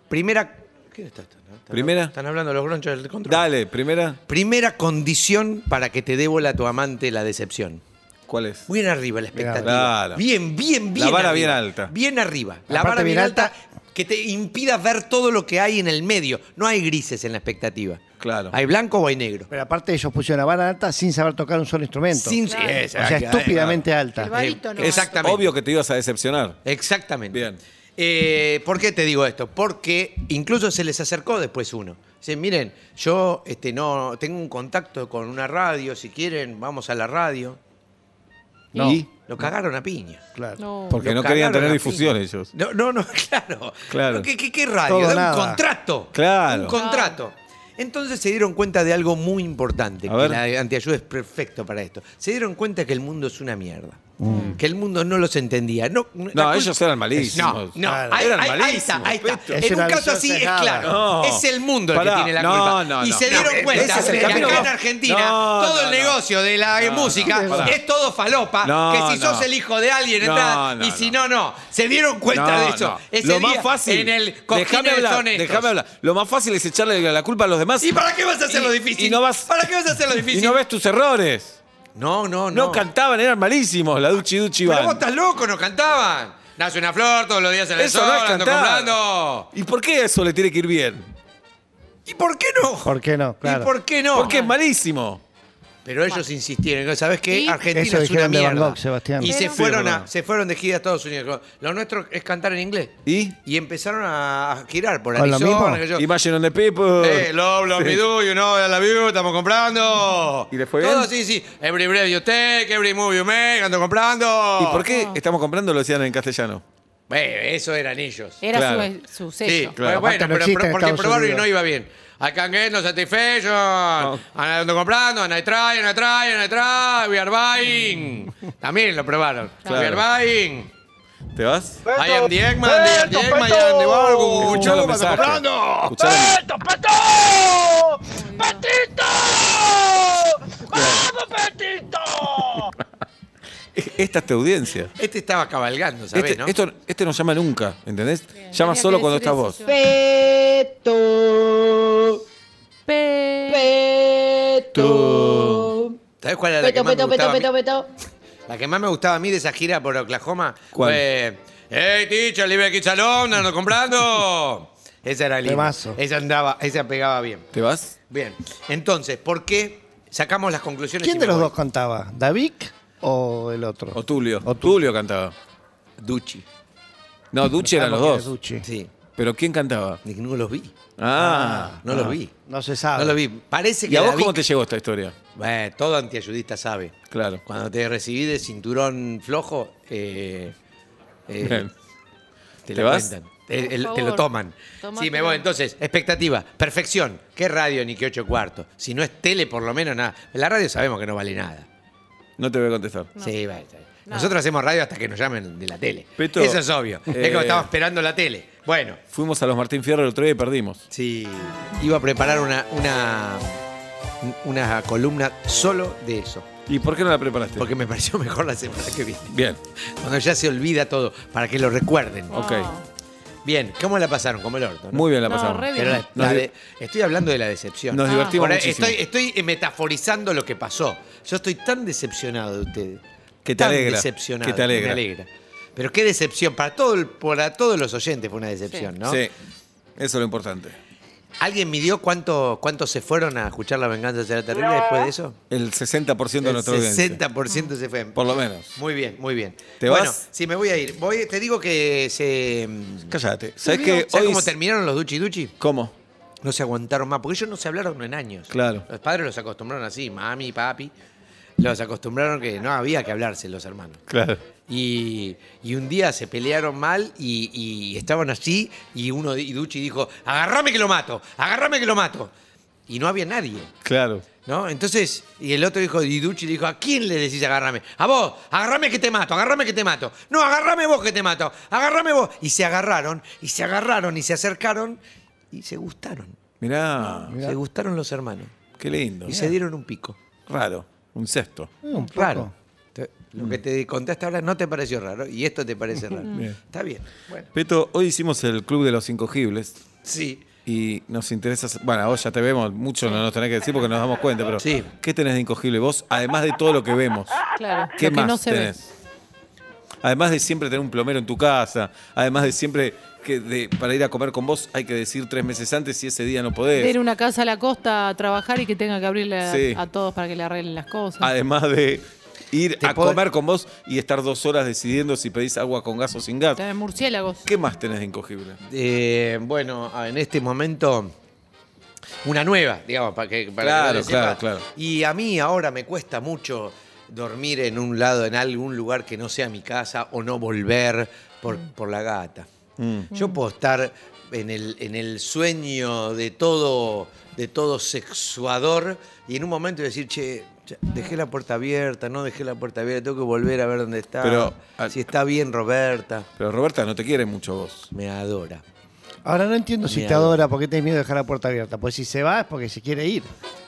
[SPEAKER 3] primera. ¿Qué está esto? no? Están-
[SPEAKER 2] Primera.
[SPEAKER 3] Están hablando los gronchos del control.
[SPEAKER 2] Dale, primera.
[SPEAKER 3] Primera condición para que te dé bola a tu amante la decepción.
[SPEAKER 2] ¿Cuál es?
[SPEAKER 3] Bien arriba la expectativa.
[SPEAKER 2] Claro.
[SPEAKER 3] Bien, bien, bien.
[SPEAKER 2] La vara
[SPEAKER 3] arriba.
[SPEAKER 2] bien alta.
[SPEAKER 3] Bien arriba. La,
[SPEAKER 5] La
[SPEAKER 3] vara
[SPEAKER 5] parte
[SPEAKER 3] bien
[SPEAKER 5] bien
[SPEAKER 3] alta,
[SPEAKER 5] alta.
[SPEAKER 3] que te impida ver todo lo que hay en el medio. No hay grises en la expectativa.
[SPEAKER 2] Claro.
[SPEAKER 3] Hay blanco o hay negro.
[SPEAKER 5] Pero aparte ellos pusieron la vara alta sin saber tocar un solo instrumento.
[SPEAKER 3] Sin-
[SPEAKER 4] Claro.
[SPEAKER 3] Eh,
[SPEAKER 5] o sea,
[SPEAKER 3] claro.
[SPEAKER 5] estúpidamente
[SPEAKER 4] El
[SPEAKER 5] alta.
[SPEAKER 4] ba- barítono.
[SPEAKER 3] Eh, Exactamente.
[SPEAKER 2] Obvio que te ibas a decepcionar.
[SPEAKER 3] Exactamente.
[SPEAKER 2] Bien.
[SPEAKER 3] Eh, ¿Por qué te digo esto? Porque incluso se les acercó después uno. Dicen, miren, yo este, no tengo un contacto con una radio, si quieren, vamos a la radio.
[SPEAKER 5] No.
[SPEAKER 2] ¿Y?
[SPEAKER 3] Lo cagaron a piña.
[SPEAKER 5] Claro.
[SPEAKER 4] No.
[SPEAKER 2] Porque
[SPEAKER 3] Lo
[SPEAKER 2] no querían
[SPEAKER 3] cagaron
[SPEAKER 2] tener
[SPEAKER 3] a
[SPEAKER 2] difusión
[SPEAKER 3] piña.
[SPEAKER 2] ellos.
[SPEAKER 3] No, no, no, claro.
[SPEAKER 2] Claro.
[SPEAKER 3] No, ¿Qué, qué, qué radio?
[SPEAKER 5] Todo
[SPEAKER 3] Da
[SPEAKER 5] nada.
[SPEAKER 3] un contrato.
[SPEAKER 2] Claro.
[SPEAKER 3] Un contrato. Entonces se dieron cuenta de algo muy importante,
[SPEAKER 2] A
[SPEAKER 3] que
[SPEAKER 2] ver.
[SPEAKER 3] la antiayuda es perfecto para esto. Se dieron cuenta que el mundo es una mierda. Que el mundo no los entendía. No, la
[SPEAKER 2] Mm. No,
[SPEAKER 3] cul-
[SPEAKER 2] ellos eran malísimos.
[SPEAKER 3] No, no,
[SPEAKER 5] Claro.
[SPEAKER 3] ahí,
[SPEAKER 2] Eran
[SPEAKER 3] ahí- ahí está,
[SPEAKER 2] malísimos,
[SPEAKER 3] ahí está.
[SPEAKER 2] Peto.
[SPEAKER 5] Es
[SPEAKER 3] En
[SPEAKER 5] una
[SPEAKER 3] un caso
[SPEAKER 5] visión
[SPEAKER 3] así
[SPEAKER 5] cerrada.
[SPEAKER 3] es claro.
[SPEAKER 2] No.
[SPEAKER 3] Es el mundo el
[SPEAKER 2] Pará,
[SPEAKER 3] que tiene la
[SPEAKER 2] no,
[SPEAKER 3] culpa.
[SPEAKER 2] no,
[SPEAKER 3] y
[SPEAKER 2] no.
[SPEAKER 3] se dieron
[SPEAKER 2] No,
[SPEAKER 3] cuenta
[SPEAKER 2] ese es el
[SPEAKER 3] que
[SPEAKER 2] camino.
[SPEAKER 3] acá en Argentina
[SPEAKER 2] No,
[SPEAKER 3] todo
[SPEAKER 2] no,
[SPEAKER 3] el
[SPEAKER 2] no.
[SPEAKER 3] negocio de la eh,
[SPEAKER 2] No,
[SPEAKER 3] música
[SPEAKER 2] no, pará.
[SPEAKER 3] es todo falopa.
[SPEAKER 2] No,
[SPEAKER 3] que si
[SPEAKER 2] no.
[SPEAKER 3] sos el hijo de alguien
[SPEAKER 2] No,
[SPEAKER 3] entras y
[SPEAKER 2] no,
[SPEAKER 3] si
[SPEAKER 2] no.
[SPEAKER 3] no, no. Se dieron cuenta
[SPEAKER 2] No,
[SPEAKER 3] de eso.
[SPEAKER 2] no.
[SPEAKER 3] Ese
[SPEAKER 2] Lo más
[SPEAKER 3] día,
[SPEAKER 2] fácil.
[SPEAKER 3] En el
[SPEAKER 2] déjame
[SPEAKER 3] cojines
[SPEAKER 2] hablar,
[SPEAKER 3] son estos.
[SPEAKER 2] déjame hablar. Lo más fácil es echarle la culpa a los demás.
[SPEAKER 3] ¿Y para qué vas a hacerlo
[SPEAKER 2] Y-
[SPEAKER 3] difícil?
[SPEAKER 2] y no vas-
[SPEAKER 3] ¿Para qué vas a hacerlo
[SPEAKER 2] Y
[SPEAKER 3] difícil?
[SPEAKER 2] no ves tus errores.
[SPEAKER 3] no, no,
[SPEAKER 2] No,
[SPEAKER 3] no.
[SPEAKER 2] cantaban, eran malísimos. La Duchi Duchi
[SPEAKER 3] Pero
[SPEAKER 2] Band.
[SPEAKER 3] vos estás loco, no cantaban. Nace una flor, todos los días en el
[SPEAKER 2] Eso
[SPEAKER 3] sol,
[SPEAKER 2] no es
[SPEAKER 3] ando
[SPEAKER 2] cantar.
[SPEAKER 3] comprando.
[SPEAKER 2] ¿Y por qué eso le tiene que ir bien?
[SPEAKER 3] ¿Y por qué no?
[SPEAKER 5] ¿Por qué no? Claro.
[SPEAKER 3] ¿Y por qué no?
[SPEAKER 2] Porque es malísimo.
[SPEAKER 3] Pero ellos insistieron, ¿sabes qué?
[SPEAKER 4] Y-
[SPEAKER 3] Argentina
[SPEAKER 5] Eso
[SPEAKER 3] es una
[SPEAKER 5] dijeron de
[SPEAKER 3] mierda.
[SPEAKER 5] Van Gogh, Sebastián.
[SPEAKER 3] Y se
[SPEAKER 4] Pero-
[SPEAKER 3] fueron,
[SPEAKER 2] Sí, es
[SPEAKER 3] a,
[SPEAKER 2] verdad.
[SPEAKER 3] se fueron de gira a Estados Unidos. Lo nuestro es cantar en inglés.
[SPEAKER 2] ¿Y?
[SPEAKER 3] Y empezaron a girar por
[SPEAKER 5] ¿Con lo
[SPEAKER 3] Arizona.
[SPEAKER 5] mismo?
[SPEAKER 3] que yo-
[SPEAKER 2] Imagine on the people.
[SPEAKER 3] Eh, love, love me do, you know, I love you, estamos comprando.
[SPEAKER 2] ¿Y le fue
[SPEAKER 3] Todo,
[SPEAKER 2] bien?
[SPEAKER 3] sí, sí. Every breath you take, every move you make, ando comprando.
[SPEAKER 2] ¿Y por qué estamos comprando? Lo decían en castellano.
[SPEAKER 3] Eh, eso eran ellos.
[SPEAKER 4] Era
[SPEAKER 2] Claro.
[SPEAKER 4] su, su
[SPEAKER 3] Sí,
[SPEAKER 4] sello.
[SPEAKER 2] claro.
[SPEAKER 3] bueno,
[SPEAKER 5] Aparte no
[SPEAKER 3] pero-
[SPEAKER 5] existe
[SPEAKER 3] pero
[SPEAKER 5] en
[SPEAKER 3] porque
[SPEAKER 5] Estados
[SPEAKER 3] probaron y
[SPEAKER 5] Unidos.
[SPEAKER 3] no iba bien. I can get no satisfaction. Ando comprando, and I try, and I try, and I try. We are buying. También lo probaron.
[SPEAKER 2] Claro.
[SPEAKER 3] We are buying.
[SPEAKER 2] ¿Te vas?
[SPEAKER 3] I am the Eggman, I am the Eggman, I am the Wargo.
[SPEAKER 2] Escuchá los mensajes. Escuchá los-
[SPEAKER 1] ¡Peto, Peto! ¡Petito! ¡Vamos, Petito!
[SPEAKER 2] Esta es tu audiencia.
[SPEAKER 3] Este estaba cabalgando, ¿sabés,
[SPEAKER 2] Este,
[SPEAKER 3] no?
[SPEAKER 2] esto- este no llama nunca, ¿entendés?
[SPEAKER 4] Tenía
[SPEAKER 2] Llama
[SPEAKER 4] que
[SPEAKER 2] solo cuando
[SPEAKER 4] decir
[SPEAKER 2] estás
[SPEAKER 4] eso
[SPEAKER 2] vos.
[SPEAKER 4] yo.
[SPEAKER 1] ¡Peto!
[SPEAKER 4] Pe-
[SPEAKER 1] ¡Peto!
[SPEAKER 3] ¿Sabés cuál era la que
[SPEAKER 6] Peto,
[SPEAKER 3] más me
[SPEAKER 6] peto,
[SPEAKER 3] gustaba?
[SPEAKER 6] peto,
[SPEAKER 3] a mí?
[SPEAKER 6] peto, peto.
[SPEAKER 3] La que más me gustaba a mí de esa gira por Oklahoma
[SPEAKER 2] ¿Cuál?
[SPEAKER 3] fue. ¡Hey, teacher, libre aquí salón! ¡No comprando! Esa era linda.
[SPEAKER 5] Temazo.
[SPEAKER 3] Esa andaba, esa pegaba bien.
[SPEAKER 2] ¿Te vas?
[SPEAKER 3] Bien. Entonces, ¿por qué sacamos las conclusiones?
[SPEAKER 5] ¿Quién
[SPEAKER 3] y
[SPEAKER 5] de
[SPEAKER 3] me
[SPEAKER 5] los
[SPEAKER 3] voy?
[SPEAKER 5] dos cantaba? ¿David o el otro?
[SPEAKER 2] O Tulio.
[SPEAKER 5] O Tulio.
[SPEAKER 2] Tulio cantaba. Duchi. No, Duchi eran los
[SPEAKER 5] Sabemos que
[SPEAKER 2] dos.
[SPEAKER 5] Ah, era Ducci.
[SPEAKER 3] Sí.
[SPEAKER 2] Pero ¿quién cantaba?
[SPEAKER 3] Ninguno los vi.
[SPEAKER 2] Ah.
[SPEAKER 3] No los vi.
[SPEAKER 5] No se sabe.
[SPEAKER 3] No los vi. Parece que.
[SPEAKER 2] ¿Y a
[SPEAKER 3] la
[SPEAKER 2] vos
[SPEAKER 3] vi-
[SPEAKER 2] cómo te llegó esta historia?
[SPEAKER 3] Eh, todo antiayudista sabe.
[SPEAKER 2] Claro.
[SPEAKER 3] Cuando te recibí de cinturón flojo, eh, eh,
[SPEAKER 2] Bien.
[SPEAKER 3] te,
[SPEAKER 2] ¿Te
[SPEAKER 3] lo
[SPEAKER 2] vas?
[SPEAKER 3] cuentan. Eh,
[SPEAKER 4] Por
[SPEAKER 3] el- te lo
[SPEAKER 4] favor.
[SPEAKER 3] toman.
[SPEAKER 4] Tómatelo.
[SPEAKER 3] Sí, me voy. Entonces, expectativa, perfección. ¿Qué radio ni qué ocho cuartos? Si no es tele, por lo menos nada. La radio sabemos que no vale nada.
[SPEAKER 2] No te voy a contestar.
[SPEAKER 3] Sí, va, está bien. Nosotros hacemos radio hasta que nos llamen de la tele.
[SPEAKER 2] Peto,
[SPEAKER 3] Eso es obvio. Es
[SPEAKER 2] eh,
[SPEAKER 3] como estamos esperando la tele. Bueno,
[SPEAKER 2] Fuimos a los Martín Fierro el otro día y perdimos.
[SPEAKER 3] sí. Iba a preparar una, una, una columna solo de eso.
[SPEAKER 2] ¿Y por qué no la preparaste?
[SPEAKER 3] Porque me pareció mejor la semana que viene.
[SPEAKER 2] Bien.
[SPEAKER 3] Cuando ya se olvida todo, para que lo recuerden.
[SPEAKER 2] Ok.
[SPEAKER 3] Bien, ¿cómo la pasaron? Como el orto, ¿no?
[SPEAKER 2] Muy bien la
[SPEAKER 4] No,
[SPEAKER 2] pasamos.
[SPEAKER 4] re bien.
[SPEAKER 3] Pero la-
[SPEAKER 2] Nos
[SPEAKER 3] la
[SPEAKER 2] di-
[SPEAKER 3] de- estoy hablando de la decepción.
[SPEAKER 2] Nos
[SPEAKER 4] Ah.
[SPEAKER 2] divertimos
[SPEAKER 3] Ahora,
[SPEAKER 2] muchísimo.
[SPEAKER 3] estoy, estoy metaforizando lo que pasó. Yo estoy tan decepcionado de ustedes.
[SPEAKER 2] Que te
[SPEAKER 3] tan
[SPEAKER 2] alegra,
[SPEAKER 3] decepcionado,
[SPEAKER 2] que te alegra.
[SPEAKER 3] me Pero qué decepción. Para, todo el- para todos los oyentes fue una decepción, ¿no?
[SPEAKER 2] Sí. Eso es lo importante.
[SPEAKER 3] ¿Alguien midió cuánto, cuántos se fueron a escuchar La Venganza será terrible después de eso?
[SPEAKER 2] El 60% de
[SPEAKER 3] El
[SPEAKER 2] nuestra audiencia.
[SPEAKER 3] 60% se fue.
[SPEAKER 2] Por lo menos.
[SPEAKER 3] Muy bien, muy bien.
[SPEAKER 2] ¿Te
[SPEAKER 3] bueno,
[SPEAKER 2] vas?
[SPEAKER 3] sí, me voy a ir. Voy, te digo que se.
[SPEAKER 2] Cállate. ¿Sabes que
[SPEAKER 3] ¿Sabes
[SPEAKER 2] hoy
[SPEAKER 3] cómo
[SPEAKER 2] es-
[SPEAKER 3] terminaron los Duchi Duchi?
[SPEAKER 2] ¿Cómo?
[SPEAKER 3] No se aguantaron más, porque ellos no se hablaron en años.
[SPEAKER 2] Claro.
[SPEAKER 3] Los padres los acostumbraron así, mami, papi. Los acostumbraron que no había que hablarse los hermanos.
[SPEAKER 2] Claro.
[SPEAKER 3] Y, y un día se pelearon mal y, y estaban así y uno y Duchi dijo, agarrame que lo mato, agarrame que lo mato. Y no había nadie,
[SPEAKER 2] Claro.
[SPEAKER 3] ¿no? Entonces, y el otro dijo, y Duchi dijo, ¿a quién le decís agarrame? A vos, agarrame que te mato, agarrame que te mato. No, agarrame vos que te mato, agarrame vos. Y se agarraron, y se agarraron, y se acercaron, y se gustaron.
[SPEAKER 2] Mirá.
[SPEAKER 3] Se gustaron los hermanos.
[SPEAKER 2] Qué lindo.
[SPEAKER 3] Y se dieron un pico.
[SPEAKER 2] Raro. Un sexto.
[SPEAKER 5] Eh, Un poco.
[SPEAKER 3] Raro. Te- Lo que te conté hasta ahora no te pareció raro y esto te parece raro.
[SPEAKER 2] Bien.
[SPEAKER 3] Está bien. Bueno,
[SPEAKER 2] Peto, hoy hicimos el Club de los Incogibles.
[SPEAKER 3] sí.
[SPEAKER 2] Y nos interesa. Bueno, vos ya te vemos, mucho no nos tenés que decir porque nos damos cuenta, pero.
[SPEAKER 3] Sí.
[SPEAKER 2] ¿Qué tenés de incogible vos, además de todo lo que vemos?
[SPEAKER 4] Claro.
[SPEAKER 2] ¿Qué
[SPEAKER 4] lo
[SPEAKER 2] más
[SPEAKER 4] que no se
[SPEAKER 2] tenés? Además de siempre tener un plomero en tu casa, además de siempre que de- para ir a comer con vos hay que decir tres meses antes si ese día no
[SPEAKER 4] ve. De
[SPEAKER 2] podés.
[SPEAKER 4] ir a una casa a la costa a trabajar y que tenga que abrirle a,
[SPEAKER 2] Sí.
[SPEAKER 4] a todos para que le arreglen las cosas.
[SPEAKER 2] Además de ir
[SPEAKER 3] Te
[SPEAKER 2] a
[SPEAKER 3] puedo-
[SPEAKER 2] comer con vos y estar dos horas decidiendo si pedís agua con gas o sin gas.
[SPEAKER 4] Tener murciélagos.
[SPEAKER 2] ¿Qué más tenés de incogible?
[SPEAKER 3] Eh, bueno, ah, en este momento, una nueva, digamos, para que. Para
[SPEAKER 2] Claro,
[SPEAKER 3] que nadie
[SPEAKER 2] claro,
[SPEAKER 3] sepa.
[SPEAKER 2] claro.
[SPEAKER 3] Y a mí ahora me cuesta mucho dormir en un lado, en algún lugar que no sea mi casa o no volver por, por la gata.
[SPEAKER 2] Mm.
[SPEAKER 3] Yo puedo estar en el, en el sueño de todo, de todo sexuador y en un momento decir, che, ya, dejé la puerta abierta, no dejé la puerta abierta, tengo que volver a ver dónde está.
[SPEAKER 2] Pero, ah, al-
[SPEAKER 3] si está bien Roberta,
[SPEAKER 2] Pero Roberta no te quiere mucho vos.
[SPEAKER 3] me adora.
[SPEAKER 5] Ahora no entiendo si
[SPEAKER 3] Mira.
[SPEAKER 5] te adora, porque tenés miedo de dejar la puerta abierta. Pues si se va es porque se quiere ir.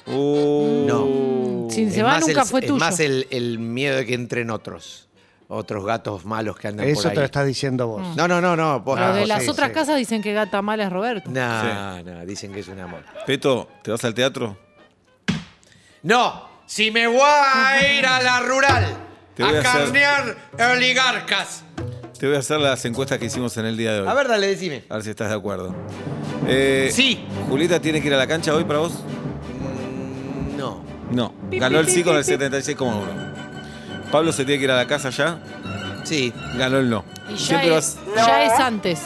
[SPEAKER 2] Uh,
[SPEAKER 3] No.
[SPEAKER 4] Sin se
[SPEAKER 3] Es
[SPEAKER 4] va
[SPEAKER 3] más
[SPEAKER 4] nunca
[SPEAKER 3] el-
[SPEAKER 4] fue
[SPEAKER 3] es
[SPEAKER 4] tuyo.
[SPEAKER 3] más el, el miedo de que entren otros. Otros gatos malos que andan
[SPEAKER 5] Eso
[SPEAKER 3] por ahí.
[SPEAKER 5] te lo estás diciendo vos.
[SPEAKER 3] No, no, no, no.
[SPEAKER 4] Lo
[SPEAKER 3] vos-
[SPEAKER 5] Ah,
[SPEAKER 4] de
[SPEAKER 5] sí,
[SPEAKER 4] las otras
[SPEAKER 5] sí.
[SPEAKER 4] casas dicen que gata mala es Roberto.
[SPEAKER 3] No, no, dicen que es un amor.
[SPEAKER 2] Peto, ¿te vas al teatro?
[SPEAKER 3] No, si me voy a ir a la rural
[SPEAKER 2] Te voy
[SPEAKER 3] a,
[SPEAKER 2] a hacer-
[SPEAKER 3] carnear oligarcas.
[SPEAKER 2] Te voy a hacer las encuestas que hicimos en el día de hoy.
[SPEAKER 3] A ver, dale, decime.
[SPEAKER 2] A ver si estás de acuerdo. Eh,
[SPEAKER 3] Sí.
[SPEAKER 2] ¿Julieta tiene que ir a la cancha hoy para vos?
[SPEAKER 3] Mm, No.
[SPEAKER 2] No. Ganó el sí con el 76,1. Pablo se tiene que ir a la casa ya.
[SPEAKER 3] Sí.
[SPEAKER 2] Ganó el no.
[SPEAKER 4] Y ya
[SPEAKER 2] Siempre
[SPEAKER 4] es,
[SPEAKER 2] vas-
[SPEAKER 4] ya es antes.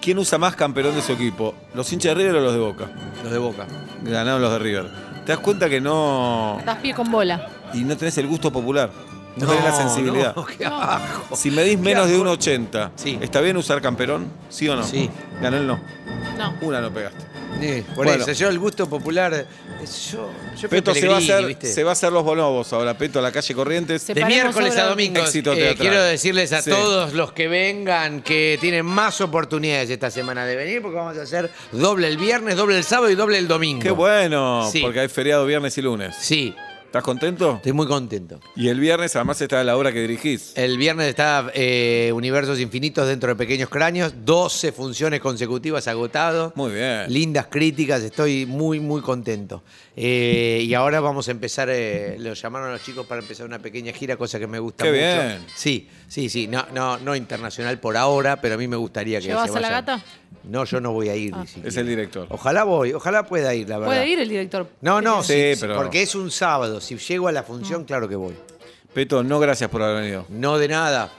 [SPEAKER 2] ¿Quién usa más camperón de su equipo? ¿Los hinchas de River o los de Boca?
[SPEAKER 3] Los de Boca.
[SPEAKER 2] Ganaron los de River. ¿Te das cuenta que no.
[SPEAKER 4] Estás pie con bola.
[SPEAKER 2] Y no tenés el gusto popular. No, tenés la sensibilidad.
[SPEAKER 3] no, qué abajo.
[SPEAKER 2] Si medís menos de 1,80,
[SPEAKER 3] Sí.
[SPEAKER 2] ¿está bien usar camperón? ¿Sí o no?
[SPEAKER 3] Sí.
[SPEAKER 2] Ganó el no.
[SPEAKER 4] No.
[SPEAKER 2] Una no pegaste.
[SPEAKER 3] Eh, por
[SPEAKER 2] Bueno.
[SPEAKER 3] eso, yo el gusto popular. eh, Yo, yo fui
[SPEAKER 2] Peto se va, a
[SPEAKER 3] Pellegrini,
[SPEAKER 2] hacer,
[SPEAKER 3] ¿viste?
[SPEAKER 2] se va a hacer los bonobos ahora, Peto, a la calle Corrientes.
[SPEAKER 4] Se-
[SPEAKER 3] De
[SPEAKER 4] Separemos
[SPEAKER 3] miércoles a
[SPEAKER 4] obra-
[SPEAKER 3] domingo.
[SPEAKER 2] Éxito
[SPEAKER 3] Eh,
[SPEAKER 2] teatral.
[SPEAKER 3] quiero decirles a
[SPEAKER 2] Sí.
[SPEAKER 3] todos los que vengan que tienen más oportunidades esta semana de venir porque vamos a hacer doble el viernes, doble el sábado y doble el domingo.
[SPEAKER 2] Qué bueno,
[SPEAKER 3] Sí.
[SPEAKER 2] porque hay feriado viernes y lunes.
[SPEAKER 3] Sí.
[SPEAKER 2] ¿Estás contento?
[SPEAKER 3] Estoy muy contento.
[SPEAKER 2] Y el viernes además está la obra que dirigís.
[SPEAKER 3] El viernes está eh, Universos Infinitos dentro de Pequeños Cráneos, 12 funciones consecutivas agotado.
[SPEAKER 2] Muy bien.
[SPEAKER 3] Lindas críticas, estoy muy, muy contento. Eh, y ahora vamos a empezar, eh, lo llamaron a los chicos para empezar una pequeña gira, cosa que me gusta
[SPEAKER 2] Qué
[SPEAKER 3] mucho.
[SPEAKER 2] bien.
[SPEAKER 3] Sí, sí, sí, no, no, no internacional por ahora, pero a mí me gustaría que
[SPEAKER 4] ¿Llevas
[SPEAKER 3] se
[SPEAKER 4] a la
[SPEAKER 3] vayan.
[SPEAKER 4] gata? Ah.
[SPEAKER 3] No, yo no voy a ir ni siquiera.
[SPEAKER 2] Es el director.
[SPEAKER 3] Ojalá voy, ojalá pueda ir, la verdad.
[SPEAKER 4] Puede ir el director.
[SPEAKER 3] No, no,
[SPEAKER 2] Sí,
[SPEAKER 3] sí,
[SPEAKER 2] pero-
[SPEAKER 3] porque es un sábado. Si llego a la
[SPEAKER 4] Mm.
[SPEAKER 3] función, claro que voy.
[SPEAKER 2] Peto, no gracias por haber venido.
[SPEAKER 3] No de nada.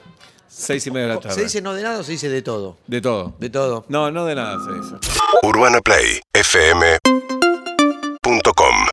[SPEAKER 2] Seis y media de la tarde.
[SPEAKER 3] ¿Se dice no de nada o se dice de todo?
[SPEAKER 2] De todo.
[SPEAKER 3] De todo.
[SPEAKER 2] No, no de nada se dice.
[SPEAKER 6] UrbanaPlayFM.com